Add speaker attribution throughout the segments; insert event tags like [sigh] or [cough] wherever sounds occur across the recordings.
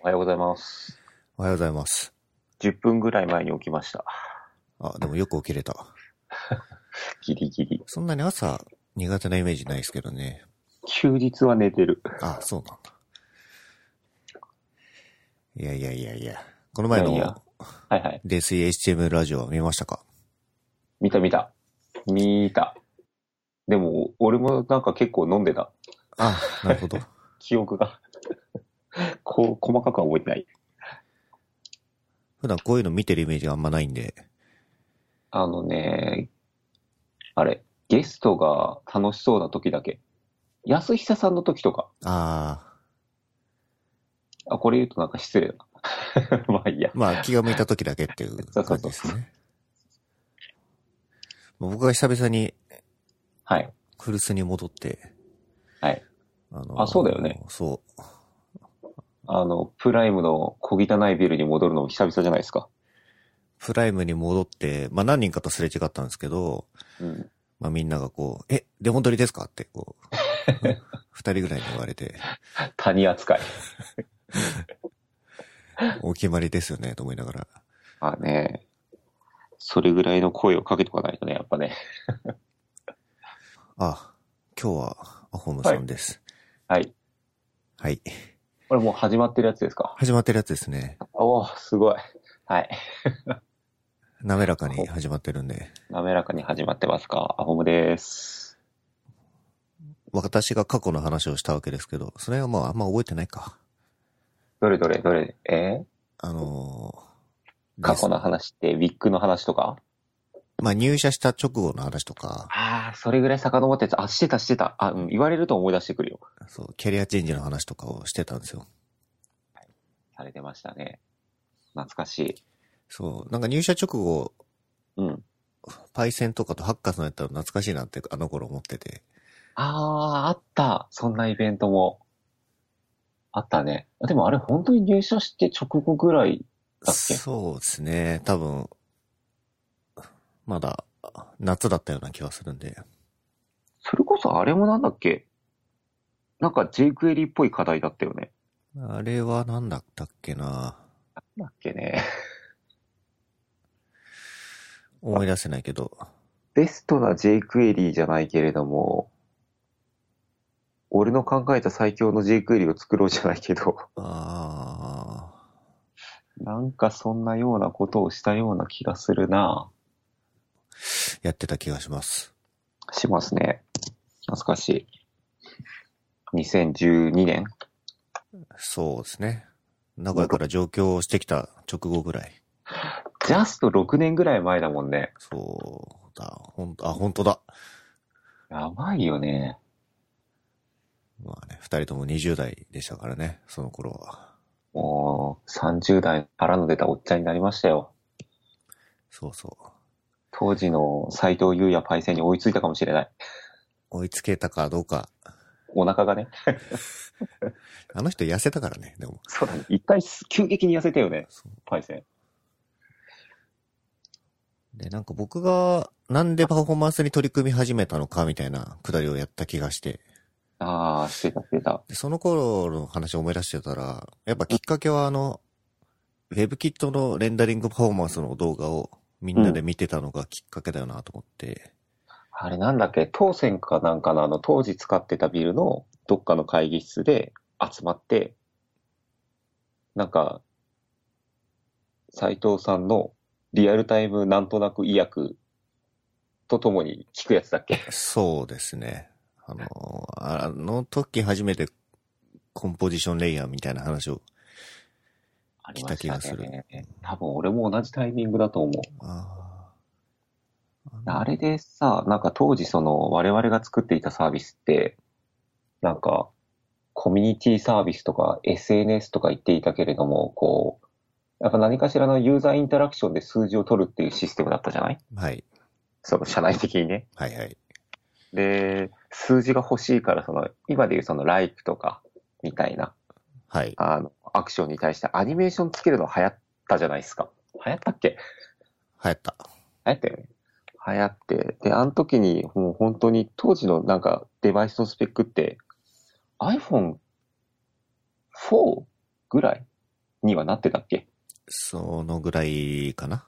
Speaker 1: おはようございます。
Speaker 2: おはようございます。
Speaker 1: 10分ぐらい前に起きました。
Speaker 2: あ、でもよく起きれた。
Speaker 1: ギリギリ。
Speaker 2: そんなに朝苦手なイメージないですけどね。
Speaker 1: 休日は寝てる。
Speaker 2: あ、そうなんだ。いやいやいやいや。この前
Speaker 1: いやいや
Speaker 2: の
Speaker 1: はいはい。
Speaker 2: 泥水 HTML ラジオは見ましたか
Speaker 1: 見た見た。見た。でも、俺もなんか結構飲んでた。
Speaker 2: あ、なるほど。
Speaker 1: 記憶が。 [laughs] こう、細かくは覚えてない。
Speaker 2: 普段こういうの見てるイメージがあんまない
Speaker 1: [laughs]
Speaker 2: んで。
Speaker 1: あのね、あれ、ゲストが楽しそうな時だけ。安久さんの時とか。
Speaker 2: あ
Speaker 1: あ、これ言うとなんか [laughs] 失礼だな。まあいいや
Speaker 2: ー。。まあ気が向いた時だけっていう
Speaker 1: そうそう
Speaker 2: 感
Speaker 1: そ
Speaker 2: じ
Speaker 1: う
Speaker 2: ですね。僕が久々に
Speaker 1: はい。
Speaker 2: 古巣に戻って。
Speaker 1: はい。
Speaker 2: あの
Speaker 1: あそうだよね。
Speaker 2: そう。
Speaker 1: あの、プライムの小汚いビルに戻るのも久々じゃないですか。
Speaker 2: プライムに戻って、まあ何人かとすれ違ったんですけど、
Speaker 1: [laughs] うん。
Speaker 2: まあみんながこう、え、デモン撮りですかってこう、 [laughs] 二人ぐらいに言われて、
Speaker 1: 谷扱い。
Speaker 2: お決まりですよね、と思いながら。
Speaker 1: まあね、それぐらいの声をかけておかないとね、やっぱね。
Speaker 2: あ、今日はアホムさんです。
Speaker 1: はい。
Speaker 2: はい。
Speaker 1: これもう始まってるやつですか。
Speaker 2: 始まってるやつですね。
Speaker 1: おおすごい。はい。
Speaker 2: 滑らかに始まってるんで。
Speaker 1: 滑らかに始まってますか。アホムです。
Speaker 2: 私が過去の話をしたわけですけど、それはまああんま覚えてないか。
Speaker 1: どれどれどれ、え
Speaker 2: あの
Speaker 1: ー
Speaker 2: ー
Speaker 1: 過去の
Speaker 2: です
Speaker 1: 話って、ウィッグの話とか
Speaker 2: まあ入社した直後の話とか、
Speaker 1: ああ、それぐらい遡ったやつ。あ、してたしてた。あ、うん、言われると思い出してくるよ。
Speaker 2: そう、キャリアチェンジの話とかをしてたんですよ。
Speaker 1: されてましたね。懐かしい。
Speaker 2: そう、なんか入社直後、
Speaker 1: うん。
Speaker 2: パイセンとかとハッカーさんやったら懐かしいなってあの頃思ってて。
Speaker 1: ああ、あった。そんなイベントも。あったね。でもあれ、本当に入社して直後ぐらいだっけ
Speaker 2: そうですね。多分、まだ夏だったような気はするんで。
Speaker 1: それこそあれもなんだっけなんか J クエリっぽい課題だったよね。
Speaker 2: あれは何だったっけな
Speaker 1: なんだっけね。
Speaker 2: 思い出せないけど。
Speaker 1: ベストな J クエリじゃないけれども、俺の考えた最強の J クエリを作ろうじゃないけど、
Speaker 2: あ
Speaker 1: なんかそんなようなことをしたような気がするな
Speaker 2: ーやってた気がします。
Speaker 1: しますね。懐かしい。2012年
Speaker 2: そうですね。名古屋から上京してきた直後ぐらい。
Speaker 1: ジャスト6年ぐらい前だもんね。
Speaker 2: そうだ。ほんと、あ、本当だ。
Speaker 1: やばいよね。
Speaker 2: まあね、二人とも20代でしたからね、その頃は。
Speaker 1: もう30代腹の出たおっちゃんになりましたよ。
Speaker 2: そうそう。
Speaker 1: 当時の斎藤優也パイセンに追いついたかもしれない。
Speaker 2: 追いつけたかどうか。
Speaker 1: お腹がね。
Speaker 2: あの人痩せたからね、でも。
Speaker 1: そうだね。一回す急激に痩せたよね、
Speaker 2: そう
Speaker 1: パイセン。
Speaker 2: で、なんか僕がなんでパフォーマンスに取り組み始めたのかみたいなくだりをやった気がして、
Speaker 1: ああ、してたしてた。
Speaker 2: で、その頃の話を思い出してたら、やっぱきっかけはあの、WebKit のレンダリングパフォーマンスの動画をみんなで見てたのがきっかけだよなと思って、
Speaker 1: あれなんだっけ、当選かなんかのあの、当時使ってたビルのどっかの会議室で集まって、なんか、斎藤さんのリアルタイムなんとなく意訳とともに聞くやつだっけ。
Speaker 2: そうですね。あの、あの時初めてコンポジションレイヤーみたいな話を、
Speaker 1: あり
Speaker 2: 来
Speaker 1: ま
Speaker 2: た
Speaker 1: し
Speaker 2: 気
Speaker 1: た
Speaker 2: がする
Speaker 1: ね。多分俺も同じタイミングだと思う。
Speaker 2: あ
Speaker 1: あれでさ、なんか当時その我々が作っていたサービスって、なんかコミュニティサービスとか SNS とか言っていたけれども、こう、やっぱ何かしらのユーザーインタラクションで数字を取るっていうシステムだったじゃない
Speaker 2: ーはい、
Speaker 1: その社内的にね。
Speaker 2: はいはい。
Speaker 1: で、数字が欲しいからその、今でいうその like とかみたいな、
Speaker 2: はい。
Speaker 1: あの、アクションに対してアニメーションつけるの流行ったじゃないですか。流行ったっけ
Speaker 2: 流行った。
Speaker 1: 流行ったよね。流行って。で、あの時に、もう本当に当時のなんかデバイスのスペックって iPhone4 ぐらいにはなってたっけ
Speaker 2: そのぐらいかな。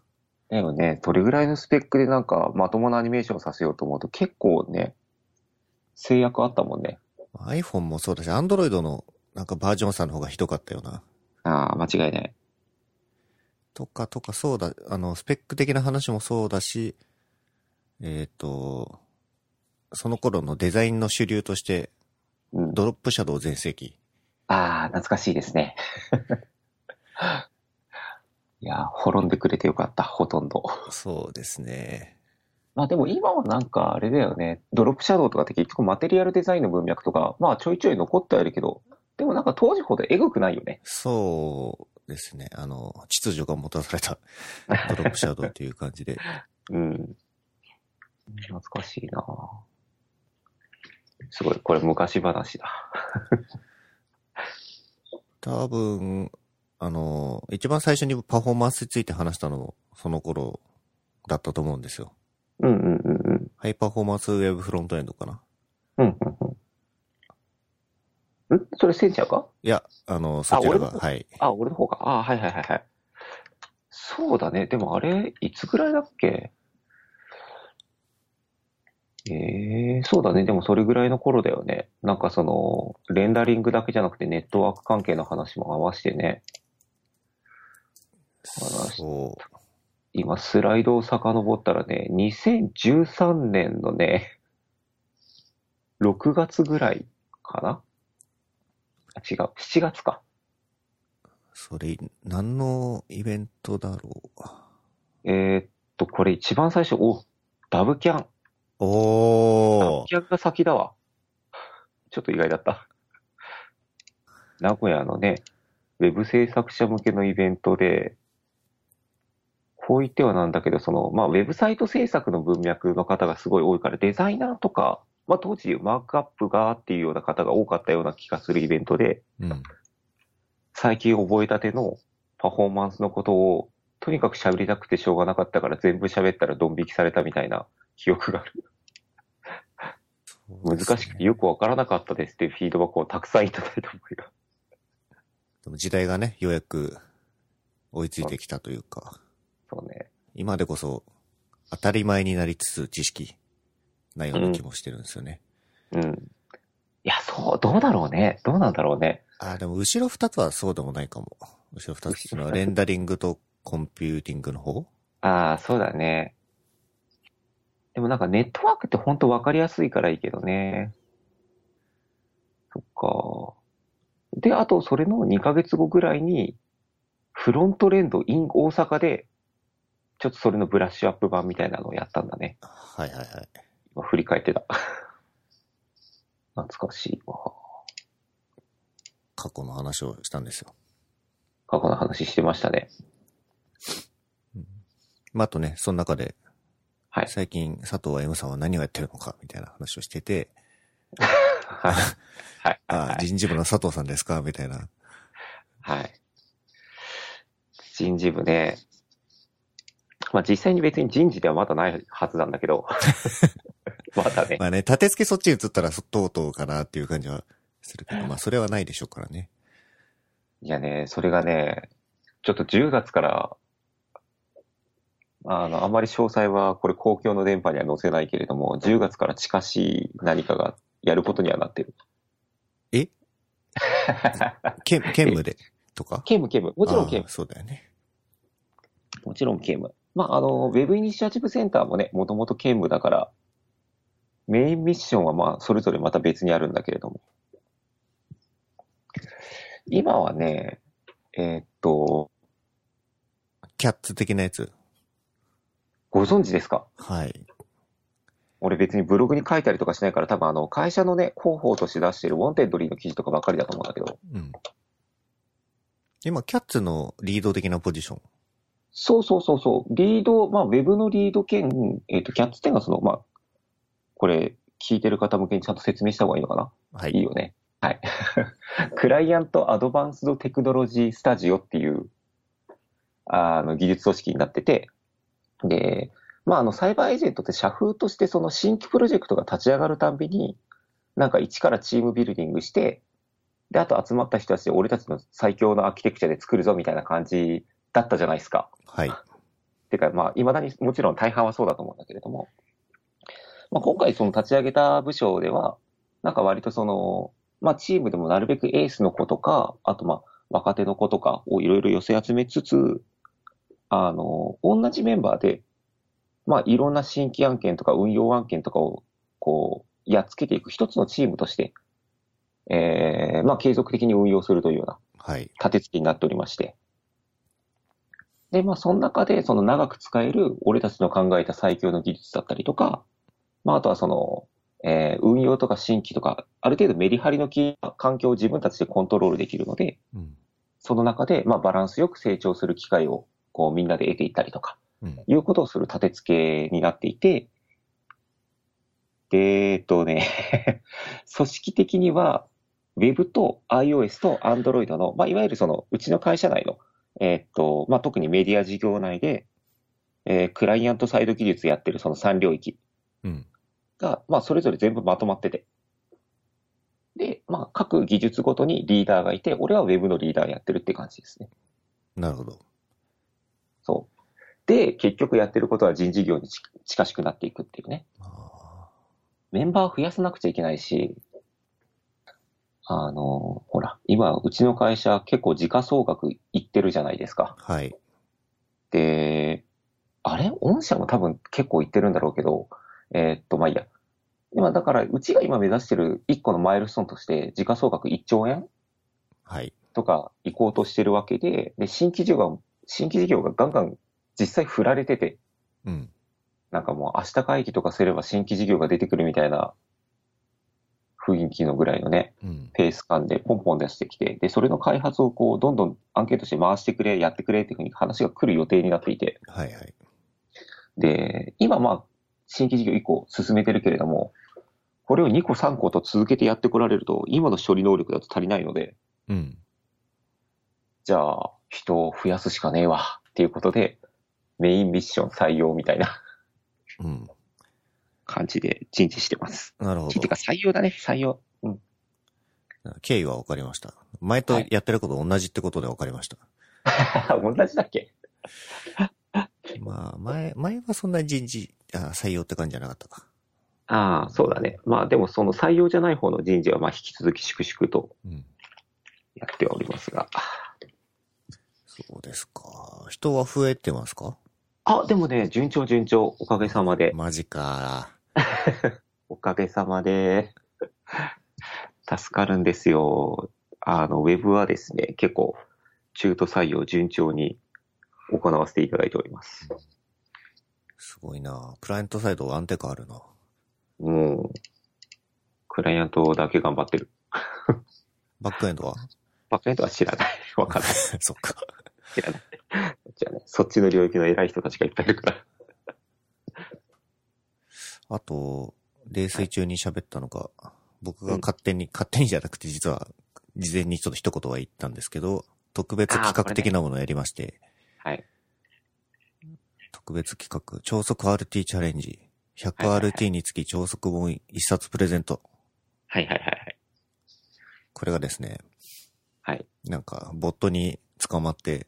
Speaker 1: でもね、どれぐらいのスペックでなんかまともなアニメーションをさせようと思うと結構ね、制約あったもんね。
Speaker 2: iPhone もそうだし、Android のなんかバージョン差の方がひどかったよな。
Speaker 1: ああ、間違いない。
Speaker 2: とかとか、そうだ、あの、スペック的な話もそうだし、えっ、と、その頃のデザインの主流として、
Speaker 1: うん。
Speaker 2: ドロップシャドウ全盛期。
Speaker 1: ああ、懐かしいですね。 [laughs] いやー、滅んでくれてよかった、ほとんど。
Speaker 2: そうですね。
Speaker 1: まあでも今はなんかあれだよね、ドロップシャドウとかって結局マテリアルデザインの文脈とか、まあちょいちょい残ってはいるけど、でもなんか当時ほどエグくないよね。
Speaker 2: そうですね。あの、秩序が持たされたドロップシャドウっていう感じで。
Speaker 1: うん。懐かしいなぁすごい、これ昔話だ。
Speaker 2: 多分、あの、一番最初にパフォーマンスについて話したのも、その頃だったと思うんですよ。
Speaker 1: うんうんうんうん。
Speaker 2: ハイパフォーマンスウェブフロントエンドかな。
Speaker 1: うんうんうん。んそれセンちゃんか
Speaker 2: いや、あの、そちら
Speaker 1: 俺
Speaker 2: が、
Speaker 1: の
Speaker 2: はい。
Speaker 1: あ、俺の方か。あ、はいはいはいはい。そうだね。でもあれ、いつぐらいだっけえー、そうだね。でもそれぐらいの頃だよね。なんかその、レンダリングだけじゃなくてネットワーク関係の話も合わせてね、
Speaker 2: そう。
Speaker 1: 今スライドを遡ったらね、2013年のね、6月ぐらいかなあ違う、7月か。
Speaker 2: それ、何のイベントだろう。
Speaker 1: えーっと、これ一番最初、お、ダブキャン。
Speaker 2: おー
Speaker 1: 客が先だわ。ちょっと意外だった。 [laughs] 名古屋のね、ウェブ制作者向けのイベントで、こう言ってはなんだけど、その、まあ、ウェブサイト制作の文脈の方がすごい多いから、デザイナーとか、まあ、当時マークアップがっていうような方が多かったような気がするイベントで、
Speaker 2: うん。
Speaker 1: 最近覚えたてのパフォーマンスのことを、とにかく喋りたくてしょうがなかったから全部喋ったらドン引きされたみたいな記憶がある。難しくて
Speaker 2: よ。
Speaker 1: よくわからなかったですっていうフィードバックをたくさんいただいた思いが。 [laughs]
Speaker 2: でも時代がね、ようやく追いついてきたというか、
Speaker 1: そうね。
Speaker 2: 今でこそ当たり前になりつつ知識ないような気もしてるんですよね。
Speaker 1: うん。いや、そう、どうだろうね。どうなんだろうね。
Speaker 2: あーでも後ろ二つはそうでもないかも。後ろ二つっていうのはレンダリングとコンピューティングの方
Speaker 1: ああ、そうだね。でもなんかネットワークってほんとわかりやすいからいいけどね。そっか。で、あとそれの2ヶ月後ぐらいに、フロントレンド in 大阪で、ちょっとそれのブラッシュアップ版みたいなのをやったんだね。
Speaker 2: はいはいはい。
Speaker 1: 今振り返ってた。 [laughs] 懐かしいわ。
Speaker 2: 過去の話をしたんですよ。
Speaker 1: 過去の話してましたね。
Speaker 2: まあ、あとね、その中で、
Speaker 1: はい
Speaker 2: 最近佐藤 M さんは何をやってるのかみたいな話をしてて、
Speaker 1: はい。はい。
Speaker 2: あ
Speaker 1: は
Speaker 2: ー
Speaker 1: い。
Speaker 2: 人事部の佐藤さんですかみたいな。
Speaker 1: はい。人事部ね。まあ実際に別に人事ではまだないはずなんだけ
Speaker 2: [laughs]
Speaker 1: ど。まだね。
Speaker 2: まあね、立て付けそっちに移ったらそとうとうかなっていう感じはするけど、まあそれはないでしょうからね。
Speaker 1: いやね、それがね、ちょっと10月から、あの、あんまり詳細はこれ公共の電波には載せないけれども、10月から近しい何かがやることにはなってる。
Speaker 2: え兼兼務でとか
Speaker 1: ケムケム。 [laughs] もちろんケム
Speaker 2: あー。そうだよね。
Speaker 1: もちろん兼務。まあ、あの、ウェブイニシアチブセンターもね、もともと兼務だから、メインミッションはまあ、それぞれまた別にあるんだけれども。今はね、えーっと、
Speaker 2: キャッツ的なやつ。
Speaker 1: ご存知ですか
Speaker 2: はい。
Speaker 1: 俺別にブログに書いたりとかしないから、多分あの、会社のね、広報として出してるウォンテッドリーの記事とかばっかりだと思うんだけど。
Speaker 2: うん。今、キャッツのリード的なポジション。
Speaker 1: そうそうそうそう。リード、まあ、ウェブのリード兼、えーっと、キャッツ10がその、まあ、これ、聞いてる方向けにちゃんと説明した方がいいのかな
Speaker 2: はい
Speaker 1: い
Speaker 2: い。
Speaker 1: よね。はい。 [laughs] クライアントアドバンスドテクノロジースタジオっていう、あの、技術組織になってて、で、まあ、あの、サイバーエージェントって社風としてその新規プロジェクトが立ち上がるたんびに、なんか一からチームビルディングして、で、あと集まった人たちで俺たちの最強のアーキテクチャで作るぞみたいな感じだったじゃないですか。
Speaker 2: はい。
Speaker 1: てか、まあ、未だにもちろん大半はそうだと思うんだけれども、まあ、今回その立ち上げた部署では、なんか割とその、まあ、チームでもなるべくエースの子とか、あとまあ、若手の子とかをいろいろ寄せ集めつつ、あの、同じメンバーで、まあ、いろんな新規案件とか運用案件とかを、こう、やっつけていく一つのチームとして、えー、まあ、継続的に運用するというような
Speaker 2: はい。
Speaker 1: 立て付けになっておりまして。で、まあ、その中で、その長く使える、俺たちの考えた最強の技術だったりとか、まあ、あとはその、えー運用とか新規とか、ある程度メリハリの効いた環境を自分たちでコントロールできるので、
Speaker 2: うん。
Speaker 1: その中で、まあ、バランスよく成長する機会を、こう、みんなで得ていったりとか、
Speaker 2: うん。
Speaker 1: いうことをする立て付けになっていて、で、えっとね、 [laughs] 組織的には Web と iOS と Android の、まあ、いわゆるその、うちの会社内の、えっと、まあ、特にメディア事業内で、えークライアントサイド技術やってるその3領域
Speaker 2: うん。
Speaker 1: が、まあ、それぞれ全部まとまってて。で、まあ、各技術ごとにリーダーがいて、俺は Web のリーダーやってるって感じですね。
Speaker 2: なるほど。
Speaker 1: そう。で、結局やってることは人事業にち近しくなっていくっていうね。
Speaker 2: あ
Speaker 1: メンバー増やさなくちゃいけないし、あの、ほら、今、うちの会社結構時価総額いってるじゃないですか。
Speaker 2: ーはい。
Speaker 1: で、あれ御社も多分結構いってるんだろうけど、えーっと、まあ、いいや。今、だから、うちが今目指してる一個のマイルストーンとして、時価総額1兆円
Speaker 2: はい。
Speaker 1: とか行こうとしてるわけで、で、新規事業が、新規事業がガンガン実際振られてて、
Speaker 2: うん。
Speaker 1: なんかもう明日会議とかすれば新規事業が出てくるみたいな雰囲気のぐらいのね、
Speaker 2: うん。
Speaker 1: ペース感でポンポン出してきて、で、それの開発をこう、どんどんアンケートして回してくれ、やってくれっていうふうに話が来る予定になっていて、
Speaker 2: はいはい。
Speaker 1: で、今まあ、新規事業1個進めてるけれども、これを2個3個と続けてやってこられると、今の処理能力だと足りないので、
Speaker 2: うん。
Speaker 1: じゃあ、人を増やすしかねえわ、っていうことで、メインミッション採用みたいな
Speaker 2: うん。
Speaker 1: 感じで人事してます。
Speaker 2: なるほ
Speaker 1: 人っていうか
Speaker 2: ど。
Speaker 1: 採用だね、採用。
Speaker 2: 経緯は分かりました。前とやってること同じってことで分かりました。
Speaker 1: あ [laughs] 同じだっけ
Speaker 2: まあ、前、前はそんなに人事、あ採用って感じじゃなかったか。
Speaker 1: ああ、そうだね。まあでもその採用じゃない方の人事はまあ引き続き粛々と
Speaker 2: うん。
Speaker 1: やっておりますが。
Speaker 2: そうですか。人は増えてますか
Speaker 1: あ、でもね、順調順調。おかげさまで。
Speaker 2: マジか。
Speaker 1: おかげさまで。 [laughs] 助かるんですよ。あの、ウェブはですね、結構中途採用順調に行わせていただいております。
Speaker 2: すごいな。クライアントサイド安定感あるな。
Speaker 1: もう、クライアントだけ頑張ってる。
Speaker 2: バックエンドは [laughs]
Speaker 1: バックエンドは知らない。わかんない。
Speaker 2: そっか。
Speaker 1: 知らない。じゃあね、そっちの領域の偉い人たちがいっぱいいるから。
Speaker 2: あと、泥酔中に喋ったのが、僕が勝手に、勝手にじゃなくて実は、事前にちょっと一言は言ったんですけど、特別企画的なものをやりまして、
Speaker 1: はい。
Speaker 2: 特別企画、超速 RT チャレンジ、
Speaker 1: はいはいはい
Speaker 2: 100RT につき超速本1冊プレゼント。
Speaker 1: はいはいはいはい。
Speaker 2: これがですね、
Speaker 1: はい。
Speaker 2: なんか、ボットに捕まって、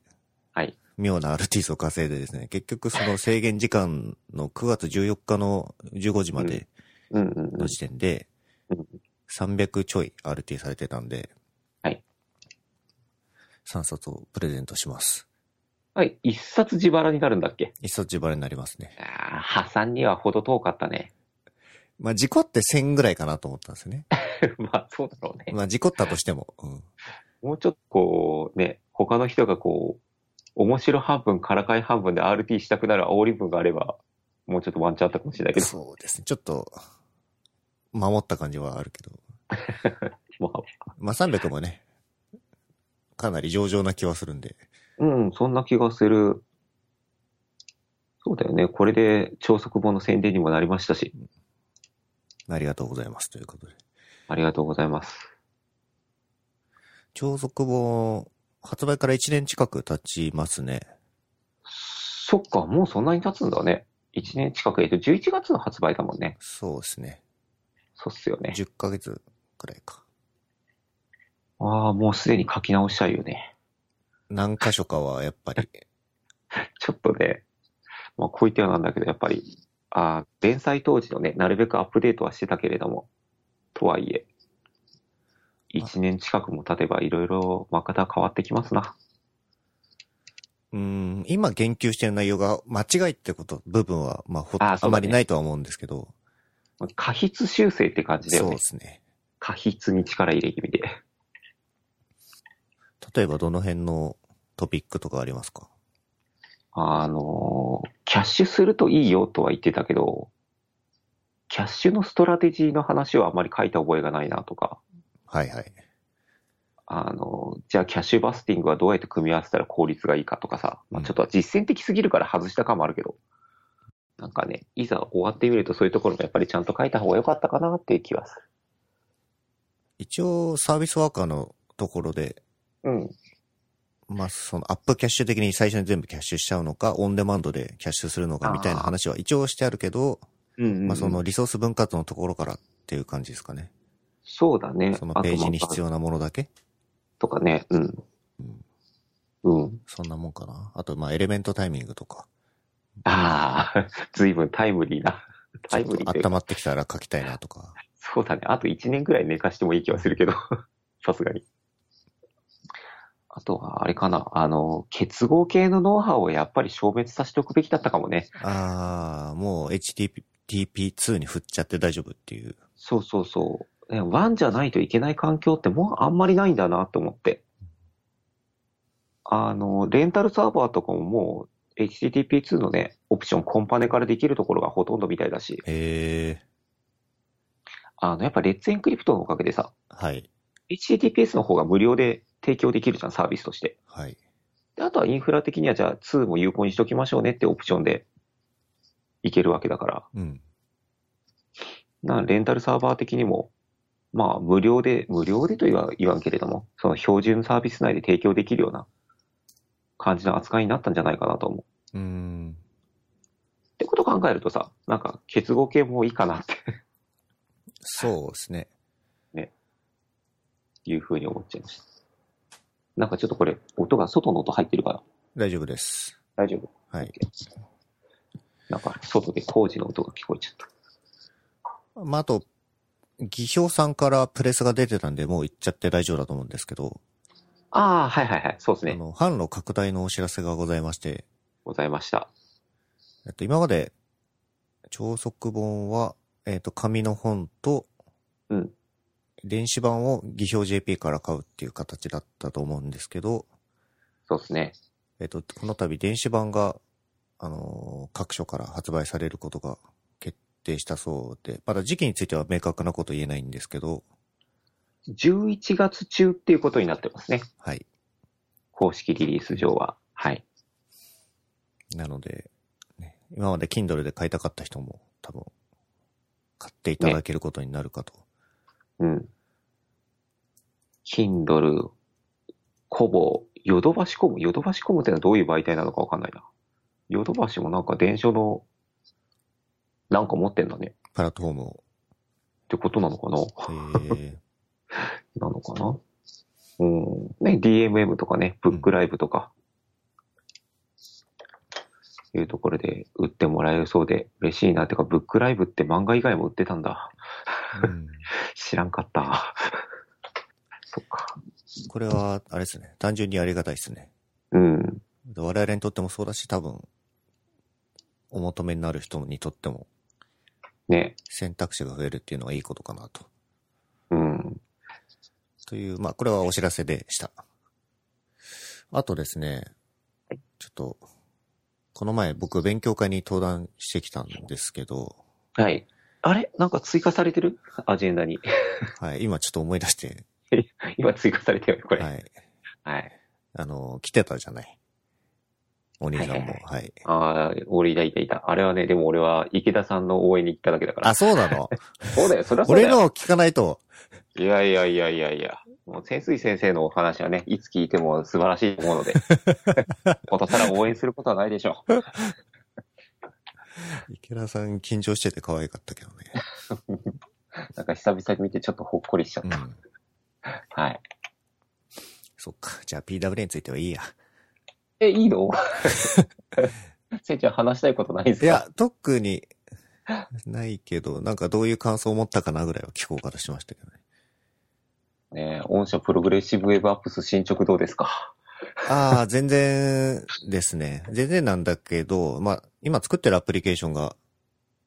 Speaker 1: はい。
Speaker 2: 妙な RTs を稼いでですね、結局その制限時間の9月14日の15時まで
Speaker 1: うんうんうん
Speaker 2: の。時点で
Speaker 1: うん、
Speaker 2: 300ちょい RT されてたんで、
Speaker 1: はい。
Speaker 2: 3冊をプレゼントします。
Speaker 1: はい、一冊自腹になるんだっけ
Speaker 2: 一冊自腹になりますね。
Speaker 1: ああ、破産にはほど遠かったね。 [laughs]
Speaker 2: まあ、事故って1000ぐらいかなと思ったんですよね。
Speaker 1: まあ、そうだろうね。
Speaker 2: まあ、事故ったとしても、うん。
Speaker 1: もうちょっとこう、ね、他の人がこう、面白半分、からかい半分で RT したくなる煽り分があれば、もうちょっとワンチャンあったかもしれないけど、
Speaker 2: そうですね。ちょっと、守った感じはあるけど。
Speaker 1: まあ、
Speaker 2: まあ、300もね、かなり上々な気はするんで。
Speaker 1: うん、そんな気がする。そうだよね。これで超速本の宣伝にもなりましたし、
Speaker 2: ありがとうございますということで。
Speaker 1: ありがとうございます。
Speaker 2: 超速本、発売から1年近く経ちますね。
Speaker 1: そっか、もうそんなに経つんだね。1年近く、えっと、11月の発売だもんね。
Speaker 2: そうですね。
Speaker 1: そうっすよね。
Speaker 2: 10ヶ月くらいか。
Speaker 1: ああ、もうすでに書き直したいよね。
Speaker 2: 何箇所かはやっぱり、 [laughs]
Speaker 1: ちょっとね、まあ、こういったようなんだけど、やっぱり、ああ、連載当時のね、なるべくアップデートはしてたけれども、とはいえ、1年近くも経てばいろいろまかた変わってきますな。
Speaker 2: うん、今言及してる内容が間違いってこと、部分は、まあ、ほ
Speaker 1: あ
Speaker 2: あ,、
Speaker 1: ーそうだね
Speaker 2: まりないとは思うんですけど、
Speaker 1: 過筆修正って感じだ
Speaker 2: そ
Speaker 1: よ
Speaker 2: う
Speaker 1: ね
Speaker 2: で。すね。
Speaker 1: 過筆に力入れ気味で。
Speaker 2: 例えばどの辺のトピックとかありますか
Speaker 1: あの、キャッシュするといいよとは言ってたけど、キャッシュのストラテジーの話はあまり書いた覚えがないなとか、
Speaker 2: はいはい。
Speaker 1: あの、じゃあキャッシュバスティングはどうやって組み合わせたら効率がいいかとかさ、まあ、
Speaker 2: うん
Speaker 1: ちょっと実践的すぎるから外した感もあるけど、なんかね、いざ終わってみるとそういうところもやっぱりちゃんと書いた方が良かったかなっていう気はす
Speaker 2: 一応サービスワーカーのところで、
Speaker 1: る。うん。
Speaker 2: まあ、そのアップキャッシュ的に最初に全部キャッシュしちゃうのか、オンデマンドでキャッシュするのかみたいな話は一応してあるけど、
Speaker 1: うん、
Speaker 2: まあ、その、リソース分割のところからっていう感じですかね。
Speaker 1: そうだね。
Speaker 2: そのページに必
Speaker 1: 要。
Speaker 2: 要なものだけ
Speaker 1: とかね、うん。うん。
Speaker 2: そんなもんかな。あと、まあ、エレメントタイミングとか。
Speaker 1: ああ、 [laughs] 随分タイムリーな。
Speaker 2: ち
Speaker 1: タ
Speaker 2: ょ
Speaker 1: イ
Speaker 2: っ
Speaker 1: ムリー
Speaker 2: と
Speaker 1: というか
Speaker 2: 温まってきたら書きたいなとか。
Speaker 1: そうだね。あと1年くらい寝かしてもいい気はするけど、 [laughs] さすがに。あとは、あれかな。あの、結合系のノウハウをやっぱり消滅させておくべきだったかもね。
Speaker 2: [laughs] ああ、もう HTTP2 に振っちゃって大丈夫っていう。
Speaker 1: そうそうそう。ね、ワンじゃないといけない環境ってもうあんまりないんだなと思って。あの、レンタルサーバーとかももう HTTP2 のね、オプションコンパネからできるところがほとんどみたいだし、
Speaker 2: ええ
Speaker 1: あの、やっぱレッツエンクリプトのおかげでさ、
Speaker 2: はい、
Speaker 1: HTTPS の方が無料で提供できるじゃん、サービスとして。
Speaker 2: はい。
Speaker 1: であとはインフラ的にはじゃあ2も有効にしときましょうねってオプションでいけるわけだから、
Speaker 2: うん。
Speaker 1: なレンタルサーバー的にも、まあ無料で、無料でとは言わんけれども、その標準サービス内で提供できるような感じの扱いになったんじゃないかなと思う。
Speaker 2: うーん。
Speaker 1: ってこと考えるとさ、なんか結合系もいいかなって
Speaker 2: そうですね。
Speaker 1: いうふうに思っちゃいました。なんかちょっとこれ、音が外の音入ってるから
Speaker 2: 大丈夫です。
Speaker 1: 大丈夫。
Speaker 2: はい。
Speaker 1: なんか外で工事の音が聞こえちゃった。
Speaker 2: まあ、あと、技評さんからプレスが出てたんで、もう行っちゃって大丈夫だと思うんですけど、
Speaker 1: ああ、はいはいはい、そうです
Speaker 2: あ
Speaker 1: ね。
Speaker 2: の、販路拡大のお知らせがございまして、
Speaker 1: ございました。
Speaker 2: えっと、今まで、超速本は、えっと、紙の本と、
Speaker 1: うん。
Speaker 2: 電子版を技評 JP から買うっていう形だったと思うんですけど、
Speaker 1: そうですね。
Speaker 2: えっと、この度電子版が、あのー各所から発売されることが決定したそうで、まだ時期については明確なこと言えないんですけど、
Speaker 1: 11月中っていうことになってますね。
Speaker 2: はい。
Speaker 1: 公式リリース上は。はい。
Speaker 2: なので、ね、今まで Kindle で買いたかった人も多分、買っていただけることになるかと。
Speaker 1: うん。Kindle、コボ、ヨドバシコム。ヨドバシコムってのはどういう媒体なのかわかんないな。ヨドバシもなんか電車の、なんか持ってんだね。
Speaker 2: プラットフォームを。
Speaker 1: ってことなのかな
Speaker 2: え
Speaker 1: なのかなうん。ね、DMM とかね、ブックライブとか、いうところで売ってもらえるそうで嬉しいな。てか、ブックライブって漫画以外も売ってたんだ。
Speaker 2: ーうん
Speaker 1: [laughs] 知らんかった。 [laughs] そっか。
Speaker 2: これは、あれですね、単純にありがたいですね。
Speaker 1: うん。
Speaker 2: で我々にとってもそうだし、多分、お求めになる人にとっても
Speaker 1: ね。
Speaker 2: 選択肢が増えるっていうのはいいことかなと。
Speaker 1: うん。
Speaker 2: という、まあ、これはお知らせでした。あとですね、ちょっと、この前僕勉強会に登壇してきたんですけど、
Speaker 1: はい。あれなんか追加されてる [laughs] アジェンダに。
Speaker 2: はい、今ちょっと思い出して、
Speaker 1: 今追加されてるよね、これ。
Speaker 2: は
Speaker 1: はい。
Speaker 2: い、あの、来てたじゃない。お兄さんも、
Speaker 1: はい
Speaker 2: はい。
Speaker 1: ああ、俺いたいたいた。あれはね、でも俺は池田さんの応援に行っただけだから。
Speaker 2: あ、そうなの
Speaker 1: [laughs] そうだよ、それはそうだ
Speaker 2: 俺
Speaker 1: よ。
Speaker 2: のを聞かないと、
Speaker 1: いやいやいやいやいや。もう潜水先生のお話はね、いつ聞いても素晴らしいと思うの
Speaker 2: [laughs]
Speaker 1: で、ことさら応援することはないでしょ
Speaker 2: 池田さん緊張してて可愛かったけどね。
Speaker 1: う。なんか久々に見てちょっとほっこりしちゃっ
Speaker 2: うん
Speaker 1: た。。はい。
Speaker 2: そっか。じゃあ PW についてはいいや。
Speaker 1: え、いいの [laughs] せいちゃん話したいことないです
Speaker 2: い
Speaker 1: か
Speaker 2: や、特にないけど、なんかどういう感想を持ったかなぐらいは聞こうかとしましたけどね。
Speaker 1: ねえ御社プログレッシブウェブアップス進捗どうですか
Speaker 2: ああ、全然ですね。全然なんだけど、まあ、今作ってるアプリケーションが、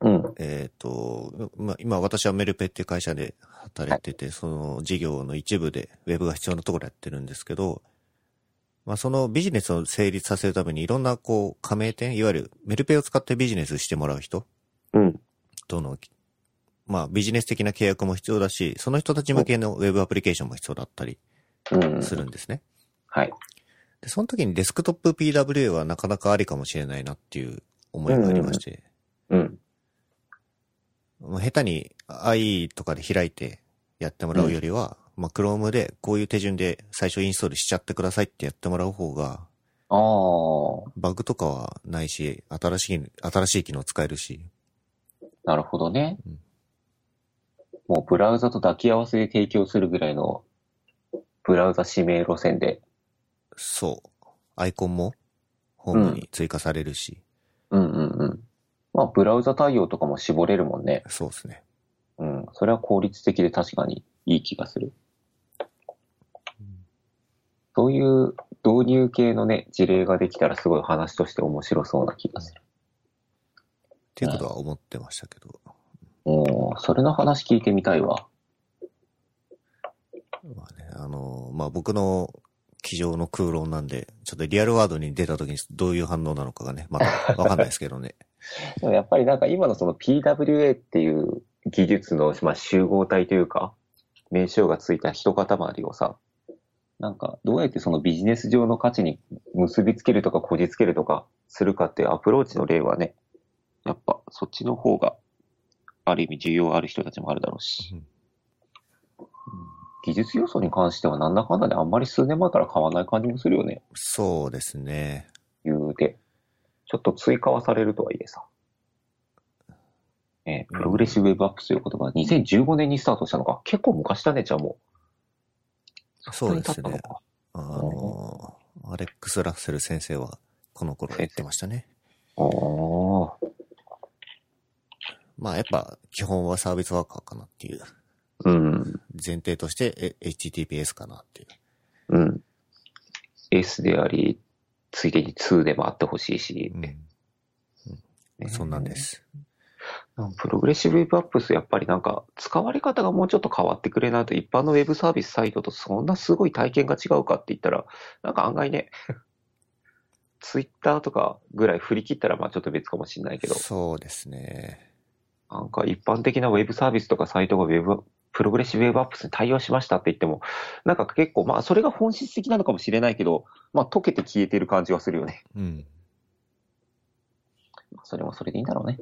Speaker 1: うん。
Speaker 2: えっ、と、まあ、今私はメルペっていう会社で働いてて、その事業の一部でウェブが必要なところやってるんですけど、まあ、そのビジネスを成立させるためにいろんなこう加盟店、いわゆるメルペを使ってビジネスしてもらう人
Speaker 1: うん。
Speaker 2: との、まあ、ビジネス的な契約も必要だし、その人たち向けのウェブアプリケーションも必要だったり
Speaker 1: うん。
Speaker 2: するんですね。
Speaker 1: はい。
Speaker 2: で、その時にデスクトップ PWA はなかなかありかもしれないなっていう思いがありまして、
Speaker 1: うん。
Speaker 2: まあ、下手に IE とかで開いてやってもらうよりは、まあ、Chrome でこういう手順で最初インストールしちゃってくださいってやってもらう方が、
Speaker 1: ああ、
Speaker 2: バグとかはないし、新しい、新しい機能使えるし、
Speaker 1: なるほどね
Speaker 2: うん。
Speaker 1: もうブラウザと抱き合わせで提供するぐらいのブラウザ指名路線で。
Speaker 2: そう。アイコンもホームに追加されるし、
Speaker 1: うんうんうん。まあ、ブラウザ対応とかも絞れるもんね。
Speaker 2: そうですね。
Speaker 1: うん。それは効率的で確かにいい気がする。そういう導入系のね、事例ができたらすごい話として面白そうな気がする。
Speaker 2: っていうことは思ってましたけど、
Speaker 1: おーそれの話聞いてみたいわ。
Speaker 2: まあね、あの、まあ僕の机上の空論なんで、ちょっとリアルワードに出た時にどういう反応なのかがね、まだわかんないですけどね。
Speaker 1: でもやっぱりなんか今のその PWA っていう技術の、まあ、集合体というか、名称がついた一塊をさ、なんかどうやってそのビジネス上の価値に結びつけるとかこじつけるとかするかっていうアプローチの例はね、やっぱそっちの方がある意味需要ある人たちもあるだろうし、
Speaker 2: うん
Speaker 1: 技術要素に関してはなんだかんだであんまり数年前から変わらない感じもするよね、
Speaker 2: そうですね。
Speaker 1: 言うて。ちょっと追加はされるとはいえさ。えープログレッシブウェブアップスということが2015年にスタートしたのか。結構昔だね、じゃあもう。
Speaker 2: そうです
Speaker 1: そんなに経
Speaker 2: ね
Speaker 1: った。のか
Speaker 2: あの、アレックス・ラッセル先生はこの頃言ってましたね。
Speaker 1: おー
Speaker 2: まあやっぱ基本はサービスワーカーかなっていう
Speaker 1: うん。
Speaker 2: 前提としてえ HTTPS かなっていう。
Speaker 1: うん。S であり、ついでに2でもあってほしいし。
Speaker 2: うんそんなんで。す。
Speaker 1: プログレッシブウェブアップス、やっぱりなんか、使われ方がもうちょっと変わってくれないと、一般のウェブサービスサイトとそんなすごい体験が違うかって言ったら、なんか案外
Speaker 2: [laughs]
Speaker 1: ね、ツイッターとかぐらい振り切ったら、まあちょっと別かもしれないけど、
Speaker 2: そうですね。
Speaker 1: なんか一般的なウェブサービスとかサイトがウェブ、プログレッシブウェブアップスに対応しましたって言っても、なんか結構、まあそれが本質的なのかもしれないけど、まあ溶けて消えてる感じはするよね。
Speaker 2: うん。
Speaker 1: それもそれでいいんだろうね。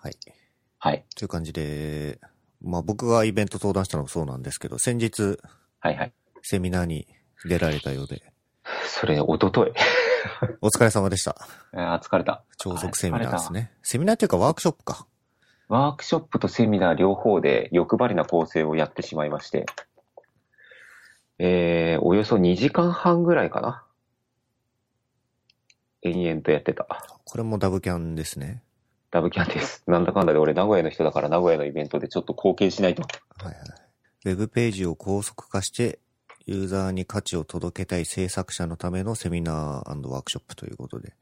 Speaker 2: はい。
Speaker 1: はい。
Speaker 2: という感じで、まあ僕がイベント登壇したのもそうなんですけど、先日
Speaker 1: はいはい。
Speaker 2: セミナーに出られたようで、
Speaker 1: それ、おととい。
Speaker 2: お疲れ様でした。
Speaker 1: あー、疲れた。
Speaker 2: 超速セミナーですね。セミナーというかワークショップか。
Speaker 1: ワークショップとセミナー両方で欲張りな構成をやってしまいまして、えー、およそ2時間半ぐらいかな。延々とやってた。
Speaker 2: これもダブキャンですね。
Speaker 1: ダブキャンです。 [laughs] なんだかんだで俺名古屋の人だから名古屋のイベントでちょっと貢献しないと。
Speaker 2: はいはい。ウェブページを高速化して、ユーザーに価値を届けたい制作者のためのセミナーワークショップということで。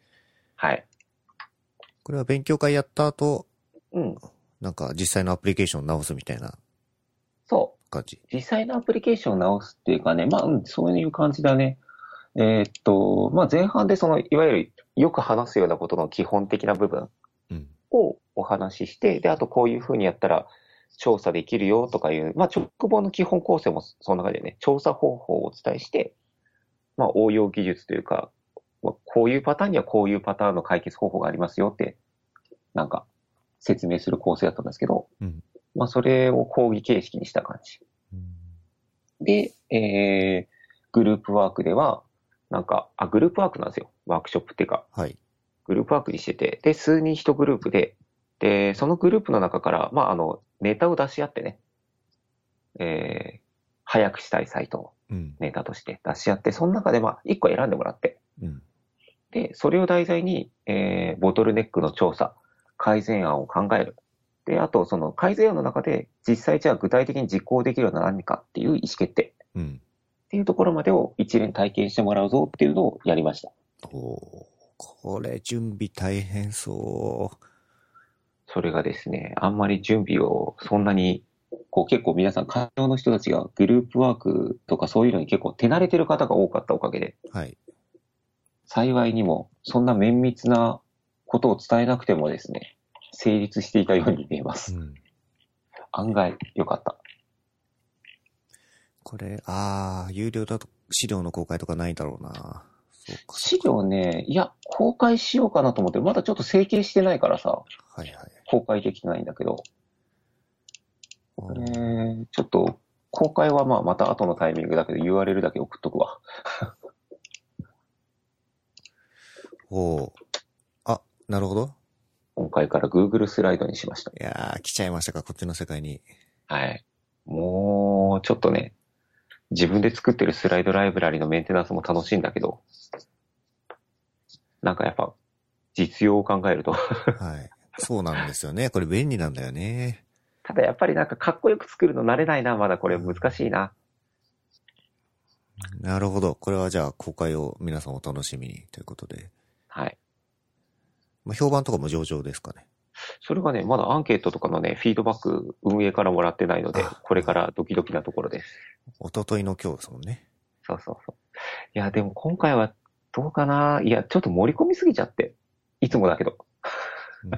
Speaker 1: はい。
Speaker 2: これは勉強会やった後、
Speaker 1: うん。
Speaker 2: なんか実際のアプリケーションを直すみたいな
Speaker 1: そう。
Speaker 2: 感じ。
Speaker 1: 実際のアプリケーションを直すっていうかね、まあ、うんそういう感じだね。えーっと、まあ、前半でその、いわゆるよく話すようなことの基本的な部分
Speaker 2: うん。
Speaker 1: をお話しして、で、あとこういうふうにやったら調査できるよとかいう、まあ、直棒の基本構成もその中でね、調査方法をお伝えして、まあ、応用技術というか、まあこういうパターンにはこういうパターンの解決方法がありますよって、なんか説明する構成だったんですけど、
Speaker 2: うん
Speaker 1: まあ、それを講義形式にした感じ。で、えー、グループワークでは、なんか、あ、グループワークなんですよ。ワークショップっていうか、
Speaker 2: はい。
Speaker 1: グループワークにしてて、で、数人一グループで、で、そのグループの中から、まあ、あの、ネタを出し合ってね、えー、早くしたいサイト、
Speaker 2: うん。
Speaker 1: ネタとして出し合って、その中でまあ1個選んでもらって、
Speaker 2: うん。
Speaker 1: で、それを題材に、えーボトルネックの調査、改善案を考える。で、あと、その改善案の中で、実際じゃあ具体的に実行できるような何かっていう意思決定っ
Speaker 2: うん。
Speaker 1: ていうところまでを一連体験してもらうぞっていうのをやりました。
Speaker 2: おーこれ準備大変そう。
Speaker 1: それがですね、あんまり準備をそんなに、こう結構皆さん、官僚の人たちがグループワークとかそういうのに結構手慣れてる方が多かったおかげで、
Speaker 2: はい。
Speaker 1: 幸いにもそんな綿密なことを伝えなくてもですね、成立していたように見えます。
Speaker 2: うん。
Speaker 1: 案外良かった。
Speaker 2: これ、ああ、有料だと資料の公開とかないだろうな。そうか。
Speaker 1: 資料ね、いや、公開しようかなと思って、まだちょっと整形してないからさ、
Speaker 2: はいはい。
Speaker 1: 公開できてないんだけど、
Speaker 2: お
Speaker 1: え
Speaker 2: ー
Speaker 1: ー、ちょっと、公開はまあまた後のタイミングだけど、URL だけ送っとくわ。
Speaker 2: おーあ、なるほど。
Speaker 1: 今回から Google スライドにしました。
Speaker 2: いやー、来ちゃいましたか、こっちの世界に。
Speaker 1: はい。もう、ちょっとね、自分で作ってるスライドライブラリのメンテナンスも楽しいんだけど、なんかやっぱ、実用を考えると、
Speaker 2: はい。そうなんですよね。これ便利なんだよね。
Speaker 1: [laughs] ただやっぱりなんかかっこよく作るの慣れないな、まだこれ難しいな。
Speaker 2: なるほど。これはじゃあ公開を皆さんお楽しみにということで。
Speaker 1: はい。
Speaker 2: まあ、評判とかも上々ですかね。
Speaker 1: それがね、まだアンケートとかのね、フィードバック運営からもらってないので
Speaker 2: あ、
Speaker 1: これからドキドキなところです。
Speaker 2: おとといの今日ですもんね。
Speaker 1: そうそうそう。いや、でも今回はどうかないや、ちょっと盛り込みすぎちゃって。いつもだけど。
Speaker 2: うん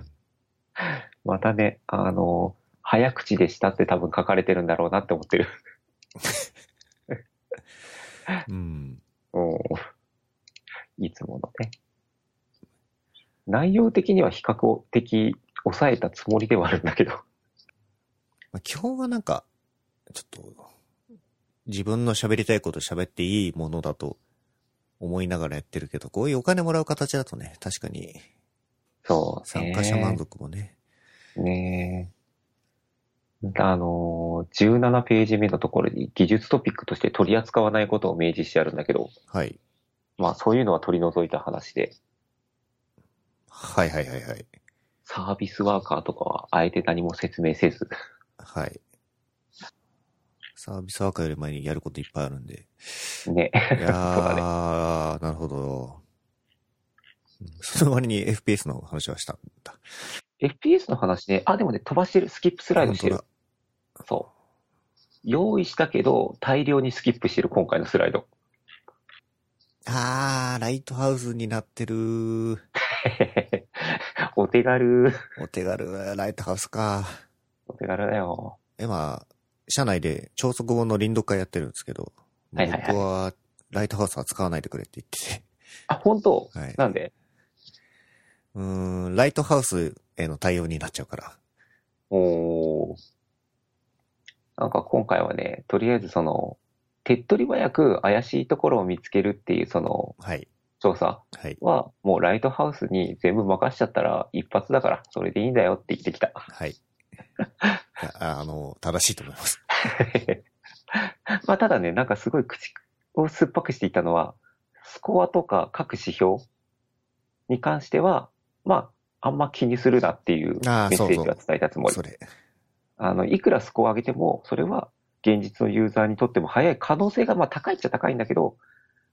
Speaker 1: またね、あの、早口でしたって多分書かれてるんだろうなって思ってる。 [laughs]
Speaker 2: うん。
Speaker 1: うん。いつものね。内容的には比較的抑えたつもりではあるんだけど。 [laughs]
Speaker 2: まあ、基本はなんか、ちょっと、自分の喋りたいこと喋っていいものだと思いながらやってるけど、こういうお金もらう形だとね、確かに
Speaker 1: そう、
Speaker 2: 参
Speaker 1: ね。
Speaker 2: 加者満足もね。
Speaker 1: ねえ。あのー、17ページ目のところに技術トピックとして取り扱わないことを明示してあるんだけど、
Speaker 2: はい。
Speaker 1: まあそういうのは取り除いた話で、
Speaker 2: はいはいはいはい。
Speaker 1: サービスワーカーとかはあえて何も説明せず、
Speaker 2: はい。サービスワーカーより前にやることいっぱいある
Speaker 1: [laughs]
Speaker 2: んで。
Speaker 1: ね、
Speaker 2: いやー、なるほど。うんその割に FPS の話はしたんだ。
Speaker 1: FPS の話で、あ、でもね、飛ばしてる、スキップスライドしてる
Speaker 2: 本。
Speaker 1: そう。用意したけど、大量にスキップしてる、今回のスライド。 [laughs]
Speaker 2: 当だあー、ライトハウスになってる。
Speaker 1: お手軽、
Speaker 2: お手軽なライトハウスか。
Speaker 1: お手軽だよ。
Speaker 2: 今、社内で超速本の林読会やってるんですけど、
Speaker 1: はいはいはい
Speaker 2: 僕はライトハウスは使わないでくれって言ってて。 [laughs]
Speaker 1: あ、本当、
Speaker 2: はい
Speaker 1: なんで
Speaker 2: うーん、ライトハウスへの対応になっちゃうから。
Speaker 1: おーなんか今回はね、とりあえずその、手っ取り早く怪しいところを見つけるっていうその
Speaker 2: はい。
Speaker 1: 調査
Speaker 2: はい。
Speaker 1: は、もうライトハウスに全部任しちゃったら一発だから、それでいいんだよって言ってきた。
Speaker 2: はい。いやああの、正しいと思います。
Speaker 1: [laughs] まあただね、なんかすごい口を酸っぱくしていたのは、スコアとか各指標に関しては、まあ、あんま気にするなっていうメ
Speaker 2: あ
Speaker 1: ッ
Speaker 2: ー
Speaker 1: セ
Speaker 2: そうそ
Speaker 1: ー
Speaker 2: う
Speaker 1: ジは伝えたつもり
Speaker 2: そ。れ。
Speaker 1: あの、いくらスコアを上げても、それは現実のユーザーにとっても早い可能性がまあ高いっちゃ高いんだけど、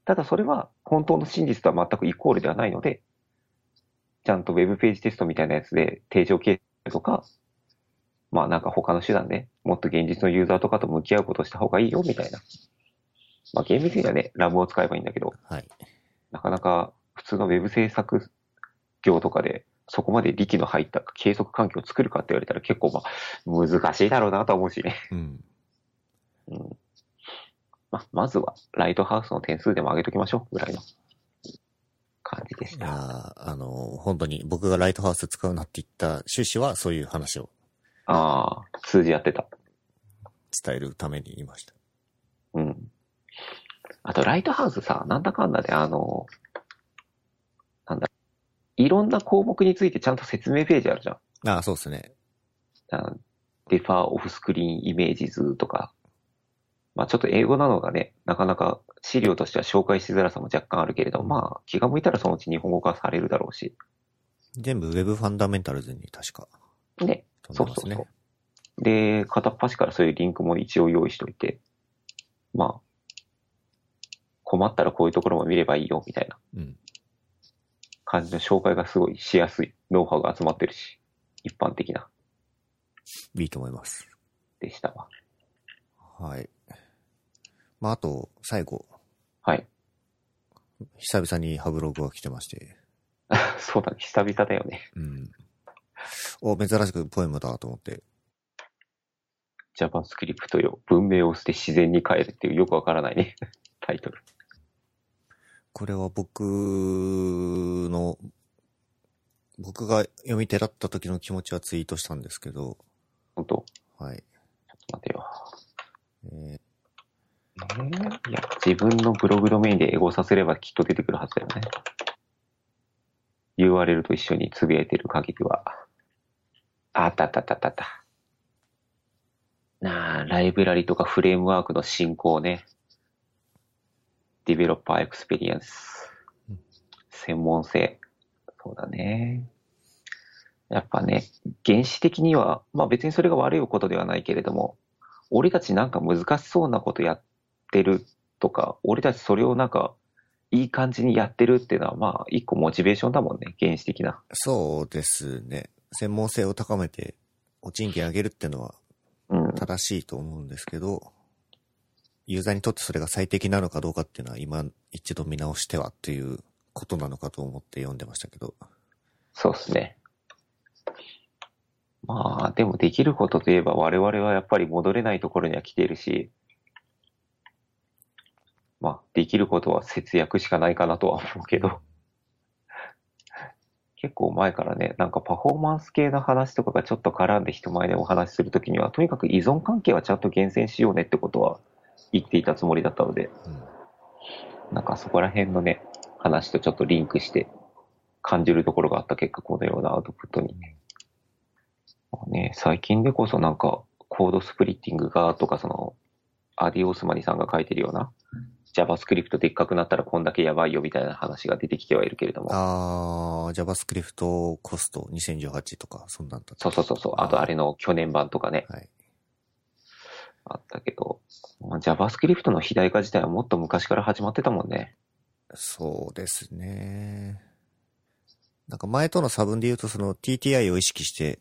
Speaker 1: ただそれは本当の真実とは全くイコールではないので、ちゃんとウェブページテストみたいなやつで定常形成とか、まあなんか他の手段でもっと現実のユーザーとかと向き合うことをした方がいいよみたいな。まあ厳密にはね、ラムを使えばいいんだけど、
Speaker 2: はい。
Speaker 1: なかなか普通のウェブ制作業とかで、そこまで力の入った継続環境を作るかって言われたら結構まあ難しいだろうなとは思うしね。 [laughs]
Speaker 2: うん。
Speaker 1: うん。まあ、まずはライトハウスの点数でも上げときましょうぐらいの感じでし
Speaker 2: い
Speaker 1: た。
Speaker 2: やーあの、本当に僕がライトハウス使うなって言った趣旨はそういう話を
Speaker 1: ああ、数字やってた。
Speaker 2: 伝えるために言いました。
Speaker 1: うん。あとライトハウスさ、なんだかんだであの、なんだ、いろんな項目についてちゃんと説明ページあるじゃん。
Speaker 2: ああ、そうですね。
Speaker 1: あのデファーオフスクリーンイメージ図とか、まあちょっと英語なのがね、なかなか資料としては紹介しづらさも若干あるけれど、まあ気が向いたらそのうち日本語化されるだろうし、
Speaker 2: 全部 Web ファンダメンタルズに確か
Speaker 1: ね、
Speaker 2: 飛
Speaker 1: そう
Speaker 2: んでま
Speaker 1: そ
Speaker 2: す
Speaker 1: う
Speaker 2: ね。
Speaker 1: そう。で、片っ端からそういうリンクも一応用意しておいて、まあ、困ったらこういうところも見ればいいよみたいな
Speaker 2: うん。
Speaker 1: 感じの紹介がすごいしやすい。ノウハウが集まってるし、一般的ない
Speaker 2: いと思います。
Speaker 1: でしたわ。 [laughs]
Speaker 2: はい。まあ、あと、最後、
Speaker 1: はい。
Speaker 2: 久々にハブログが来てまして、
Speaker 1: そうだね。久々だよね。
Speaker 2: うん。お、珍しくポエムだと思って、
Speaker 1: JavaScript よ。文明を捨て自然に変えるっていうよくわからないね。 [laughs] タイトル。
Speaker 2: これは僕の、僕が読み手だった時の気持ちはツイートしたんですけど、
Speaker 1: 本当
Speaker 2: はい。
Speaker 1: 待てよ。
Speaker 2: え
Speaker 1: えーいや、自分のブログドメインでエゴさせればきっと出てくるはずだよね。URL と一緒につぶやいてる限りは。あったあったあったあったあった。なあ、ライブラリとかフレームワークの進行ね。ディベロッパーエクスペリエンス
Speaker 2: うん。
Speaker 1: 専門性。そうだね。やっぱね、原始的には、まあ別にそれが悪いことではないけれども、俺たちなんか難しそうなことやってるとか、俺たちそれをなんか、いい感じにやってるっていうのは、まあ、一個モチベーションだもんね、原始的な。
Speaker 2: そうですね。専門性を高めて、お賃金上げるってのは
Speaker 1: うん。
Speaker 2: 正しいと思うんですけど、ユーザーにとってそれが最適なのかどうかっていうのは今一度見直してはっていうことなのかと思って読んでましたけど、
Speaker 1: そうですね。まあ、でもできることといえば我々はやっぱり戻れないところには来ているし、まあ、できることは節約しかないかなとは思うけど、結構前からね、なんかパフォーマンス系の話とかがちょっと絡んで人前でお話しするときには、とにかく依存関係はちゃんと厳選しようねってことは言っていたつもりだったので、
Speaker 2: うん
Speaker 1: なんかそこら辺のね、話とちょっとリンクして感じるところがあった結果、このようなアウトプットに。まあね、最近でこそなんか、コードスプリッティングがとか、その、アディオスマニさんが書いてるような、JavaScript でっかくなったらこんだけやばいよみたいな話が出てきてはいるけれども、
Speaker 2: あー、JavaScript コスト2018とか、そんなんだった
Speaker 1: そうそうそうそう、あとあれの去年版とかね、
Speaker 2: はい。
Speaker 1: あったけど、まあ JavaScript の肥大化自体はもっと昔から始まってたもんね。
Speaker 2: そうですね。なんか前との差分で言うと、その TTI を意識して、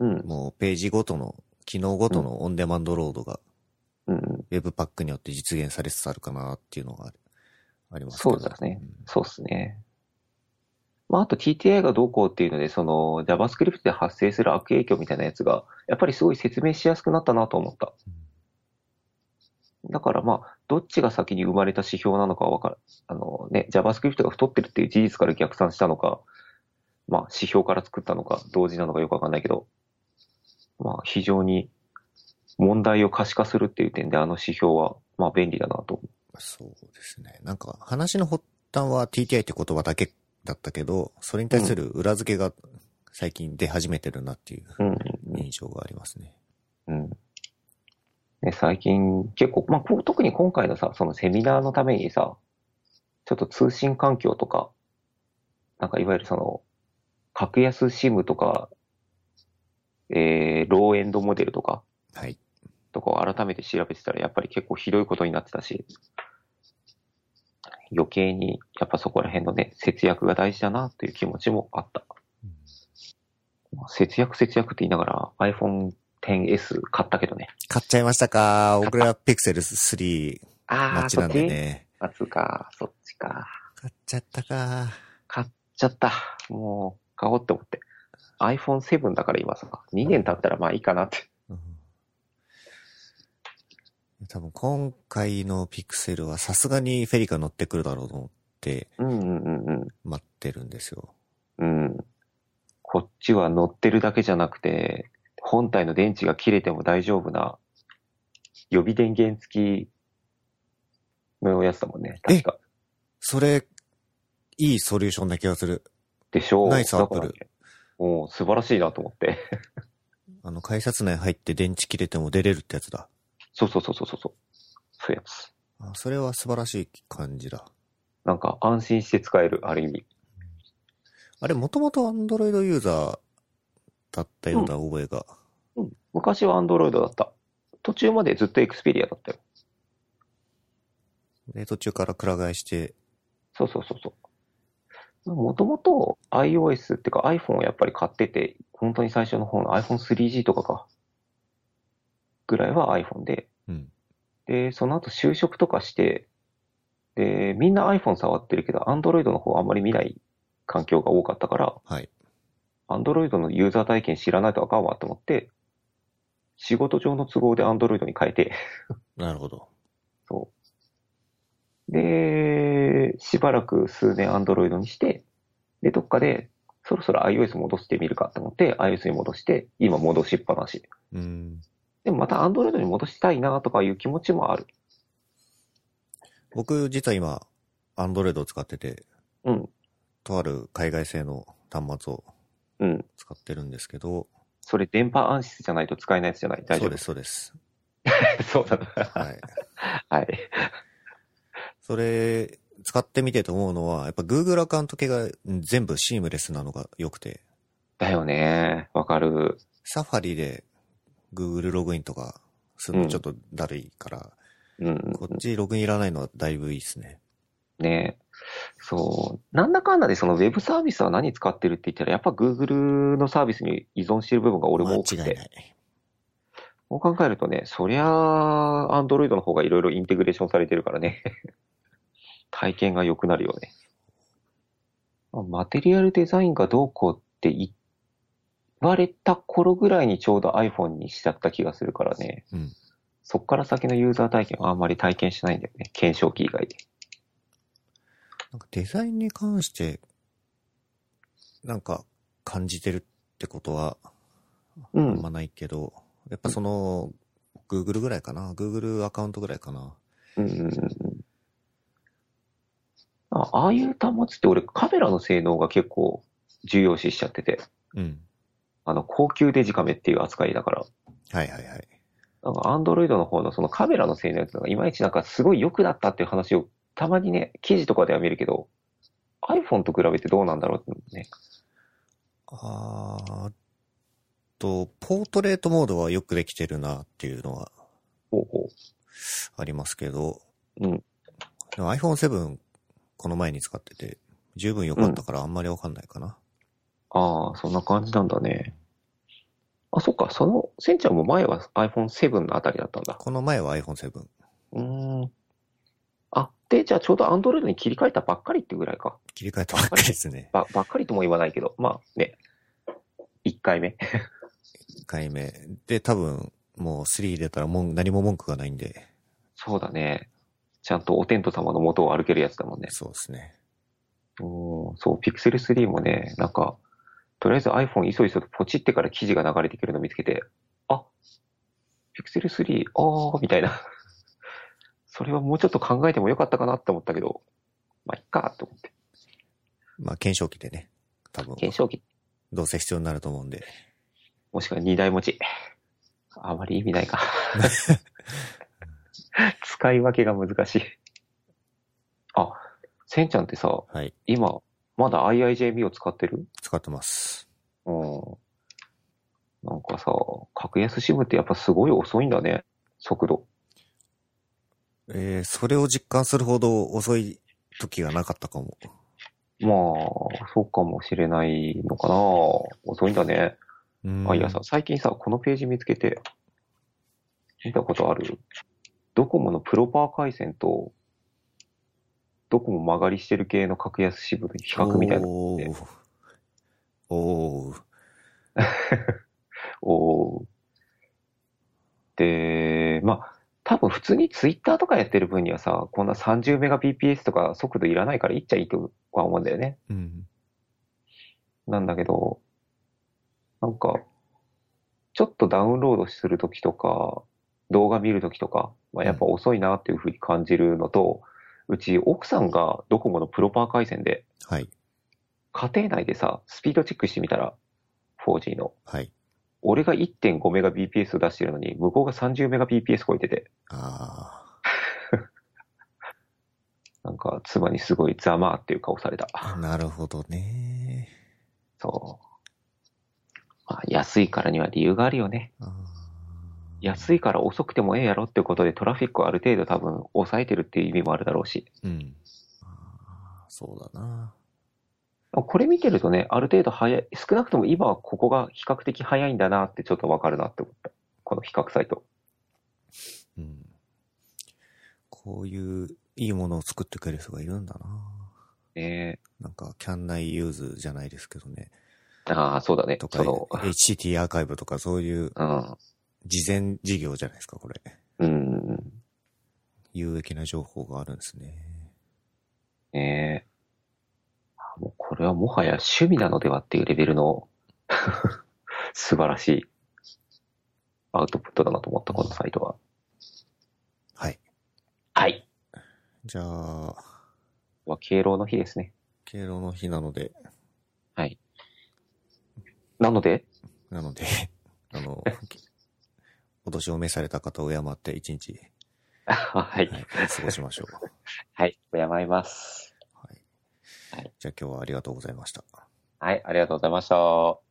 Speaker 1: うん、
Speaker 2: もうページごとの、機能ごとのオンデマンドロードが
Speaker 1: うん、
Speaker 2: Webpack によって実現されつつあるかなっていうのがあるありますけ
Speaker 1: そ
Speaker 2: ど
Speaker 1: うだね。そうっすね。まあ、あと TTI がどうこうっていうので、その JavaScript で発生する悪影響みたいなやつが、やっぱりすごい説明しやすくなったなと思った。だからまあ、どっちが先に生まれた指標なのかはわからあのね、JavaScript が太ってるっていう事実から逆算したのか、まあ、指標から作ったのか、同時なのかよくわかんないけど、まあ、非常に問題を可視化するっていう点で、あの指標は、まあ、便利だなと。
Speaker 2: そうですね。なんか話の発端は TTI って言葉だけだったけど、それに対する裏付けが最近出始めてるなっていう
Speaker 1: うん。
Speaker 2: 印象がありますね。
Speaker 1: うん。ね、最近結構、まあ、こう特に今回のさ、そのセミナーのためにさ、ちょっと通信環境とか、なんかいわゆるその、格安 SIM とか、えー、ローエンドモデルとか、
Speaker 2: はい。
Speaker 1: とかを改めて調べてたら、やっぱり結構ひどいことになってたし、余計に、やっぱそこら辺のね、節約が大事だなという気持ちもあった。まあ節約節約って言いながら iPhone XS 買ったけどね。
Speaker 2: 買っちゃいましたか僕らは Pixel 3
Speaker 1: あ
Speaker 2: 待
Speaker 1: あ、
Speaker 2: ち
Speaker 1: そ
Speaker 2: な
Speaker 1: っ
Speaker 2: ん
Speaker 1: ち
Speaker 2: でね。
Speaker 1: 待つか、そっちか。
Speaker 2: 買っちゃったか
Speaker 1: 買っちゃった。もう、買おうって思って。iPhone7 だから今さ、2年経ったらまあいいかなって。
Speaker 2: うん多分今回の Pixel はさすがにフェリカ乗ってくるだろうと思って
Speaker 1: うんうんうん
Speaker 2: 待ってるんですよ。
Speaker 1: うん。うん。こっちは乗ってるだけじゃなくて、本体の電池が切れても大丈夫な、予備電源付きのやつだもんね。確か。
Speaker 2: それ、いいソリューションな気がする。
Speaker 1: でしょう。
Speaker 2: ナイス
Speaker 1: だから
Speaker 2: アップ
Speaker 1: ねおう素晴らしいなと思って。
Speaker 2: あの、改札内入って電池切れても出れるってやつだ。
Speaker 1: そうそうそうそうそう。そういうやつ。
Speaker 2: あそれは素晴らしい感じだ。
Speaker 1: なんか安心して使える、ある意味。
Speaker 2: あれ、もともと Android ユーザーだったような覚えが。
Speaker 1: 昔は Android だった。途中までずっと Xperia だったよ。
Speaker 2: で、途中からくら替えして、
Speaker 1: そうそうそうそう。もともと iOS ってか iPhone をやっぱり買ってて、本当に最初の方の iPhone3G とかか、ぐらいは iPhone で、
Speaker 2: うん。
Speaker 1: で、その後就職とかして、で、みんな iPhone 触ってるけど、Android の方あんまり見ない環境が多かったから、
Speaker 2: はい。
Speaker 1: Android のユーザー体験知らないとあかんわと思って、仕事上の都合で Android に変えて、
Speaker 2: なるほど。
Speaker 1: そう。で、しばらく数年 Android にして、で、どっかで、そろそろ iOS 戻してみるかと思って、iOS に戻して、今戻しっぱなし。
Speaker 2: うん。
Speaker 1: でもまた Android に戻したいなとかいう気持ちもある。
Speaker 2: 僕、実は今、Android を使ってて、
Speaker 1: うん、
Speaker 2: とある海外製の端末を
Speaker 1: うん。
Speaker 2: 使ってるんですけど、
Speaker 1: それ電波暗室じゃないと使えないやつじゃない。大丈
Speaker 2: そう
Speaker 1: 夫
Speaker 2: で。す、そ
Speaker 1: [laughs] そ
Speaker 2: うです。
Speaker 1: うだな。
Speaker 2: はい。 [laughs]
Speaker 1: はい。
Speaker 2: それ、使ってみてと思うのは、やっぱ Google アカウント系がうん全部シームレスなのが良くて、
Speaker 1: だよね。わかる。
Speaker 2: サファリで Google ログインとかする
Speaker 1: う
Speaker 2: の
Speaker 1: ん
Speaker 2: ちょっとだるいから、
Speaker 1: うん。
Speaker 2: こっちログインいらないのはだいぶいいですね。
Speaker 1: ねそう。なんだかんだでそのウェブサービスは何使ってるって言ったら、やっぱ Google のサービスに依存してる部分が俺
Speaker 2: 間
Speaker 1: も
Speaker 2: 違
Speaker 1: 多く
Speaker 2: い
Speaker 1: て。
Speaker 2: ない。
Speaker 1: こう考えるとね、そりゃあ、Android の方がいろいろインテグレーションされてるからね。 [laughs] 体験が良くなるよね。まあマテリアルデザインがどうこうって言われた頃ぐらいにちょうど iPhone にしちゃった気がするからね。
Speaker 2: うん
Speaker 1: そっから先のユーザー体験はあんまり体験しないんだよね。検証機以外で。
Speaker 2: なんかデザインに関して、なんか感じてるってことは、
Speaker 1: う
Speaker 2: あん
Speaker 1: ん。
Speaker 2: まないけど、やっぱその、Google ぐらいかな ?Google アカウントぐらいかな
Speaker 1: うんうんうんうんあああいう端末って俺カメラの性能が結構重要視しちゃってて、
Speaker 2: うん。
Speaker 1: あの高級デジカメっていう扱いだから、
Speaker 2: はいはいはい。
Speaker 1: なんかアンドロイドの方のそのカメラの性能っていうのがいまいちなんかすごい良くなったっていう話をたまにね、記事とかでは見るけど、iPhone と比べてどうなんだろうってね。
Speaker 2: あーっと、ポートレートモードはよくできてるなっていうのは
Speaker 1: ほうほ
Speaker 2: ありますけど、
Speaker 1: うん
Speaker 2: でも iPhone7 この前に使ってて、十分良かったからあんまりわかんないかな。
Speaker 1: う。ああ、そんな感じなんだね。あ、そっか、その、センちゃんも前は iPhone7 のあたりだったんだ。
Speaker 2: この前は iPhone7。
Speaker 1: うーん。あ、で、じゃあちょうど Android に切り替えたばっかりってぐらいか。
Speaker 2: 切り替えたばっかりですね。
Speaker 1: ば、ばっかりとも言わないけど、まあね、1回目。
Speaker 2: 1回目。で、多分、もう3出たらもう何も文句がないんで、
Speaker 1: そうだね。ちゃんとお天道様の元を歩けるやつだもんね。
Speaker 2: そうですね。
Speaker 1: うん、そう、Pixel 3もね、なんか、とりあえず iPhone いそいそとポチってから記事が流れてくるのを見つけて、あ、Pixel 3、あー、みたいな。 [laughs] それはもうちょっと考えてもよかったかなって思ったけど、まあ、いっか、と思って。
Speaker 2: まあ、検証機でね、多分、
Speaker 1: 検証機、
Speaker 2: どうせ必要になると思うんで。
Speaker 1: もしくは2台持ち。あまり意味ないか。使い分けが難しい。あ、せんちゃんってさ、
Speaker 2: はい、
Speaker 1: 今、まだ IIJB を使ってる
Speaker 2: 使ってます。
Speaker 1: うん。なんかさ、格安シムってやっぱすごい遅いんだね。速度。
Speaker 2: えー、それを実感するほど遅い時がなかったかも。
Speaker 1: まあ、そうかもしれないのかな。遅いんだね。
Speaker 2: うん
Speaker 1: あ、いやさ、最近さ、このページ見つけて、見たことあるドコモのプロパー回線と、ドコモ曲がりしてる系の格安支部の比較みたいな。
Speaker 2: お
Speaker 1: ね
Speaker 2: ーおー
Speaker 1: おーで、まあ、多分普通にツイッターとかやってる分にはさ、こんな 30Mbps とか速度いらないからいっちゃいいとは思うんだよね。
Speaker 2: うん。
Speaker 1: なんだけど、なんか、ちょっとダウンロードするときとか、動画見るときとか、まあ、やっぱ遅いなっていうふうに感じるのと、うち奥さんがドコモのプロパー回線で、
Speaker 2: はい、
Speaker 1: 家庭内でさ、スピードチェックしてみたら、4G の。
Speaker 2: はい。
Speaker 1: 俺が 1.5Mbps を出してるのに、向こうが 30Mbps 超えてて、
Speaker 2: あ
Speaker 1: なんか、妻にすごいざまあっていう顔された。
Speaker 2: なるほどね。
Speaker 1: そう。まあ、安いからには理由があるよね。
Speaker 2: あー
Speaker 1: 安いから遅くてもええやろってことで、トラフィックをある程度多分抑えてるっていう意味もあるだろうし。
Speaker 2: うん。あーそうだな。
Speaker 1: これ見てるとね、ある程度早い、少なくとも今はここが比較的早いんだなってちょっとわかるなって思った。この比較サイト。
Speaker 2: うん。こういういいものを作ってくれる人がいるんだな。
Speaker 1: ね
Speaker 2: なんか、キャン内ユーズじゃないですけどね。
Speaker 1: え。ああ、そうだね
Speaker 2: と。か、
Speaker 1: その、
Speaker 2: HTT アーカイブとかそういう
Speaker 1: うん。
Speaker 2: 事前事業じゃないですか、これ。
Speaker 1: うん。
Speaker 2: 有益な情報があるんですね。
Speaker 1: ねえ。あもうこれはもはや趣味なのではっていうレベルの [laughs] 素晴らしいアウトプットだなと思った、このサイトは。
Speaker 2: はい。
Speaker 1: はい。
Speaker 2: じゃあ、
Speaker 1: は敬老の日ですね。
Speaker 2: 敬老の日なので、
Speaker 1: はい。なので、 [laughs]
Speaker 2: なので、 [laughs] あの、お年を召された方を敬って一日、
Speaker 1: はい。
Speaker 2: はい、過ごしましょう。
Speaker 1: はい。敬います。
Speaker 2: はい
Speaker 1: はい。
Speaker 2: じゃあ今日はありがとうございました。
Speaker 1: はい、ありがとうございました。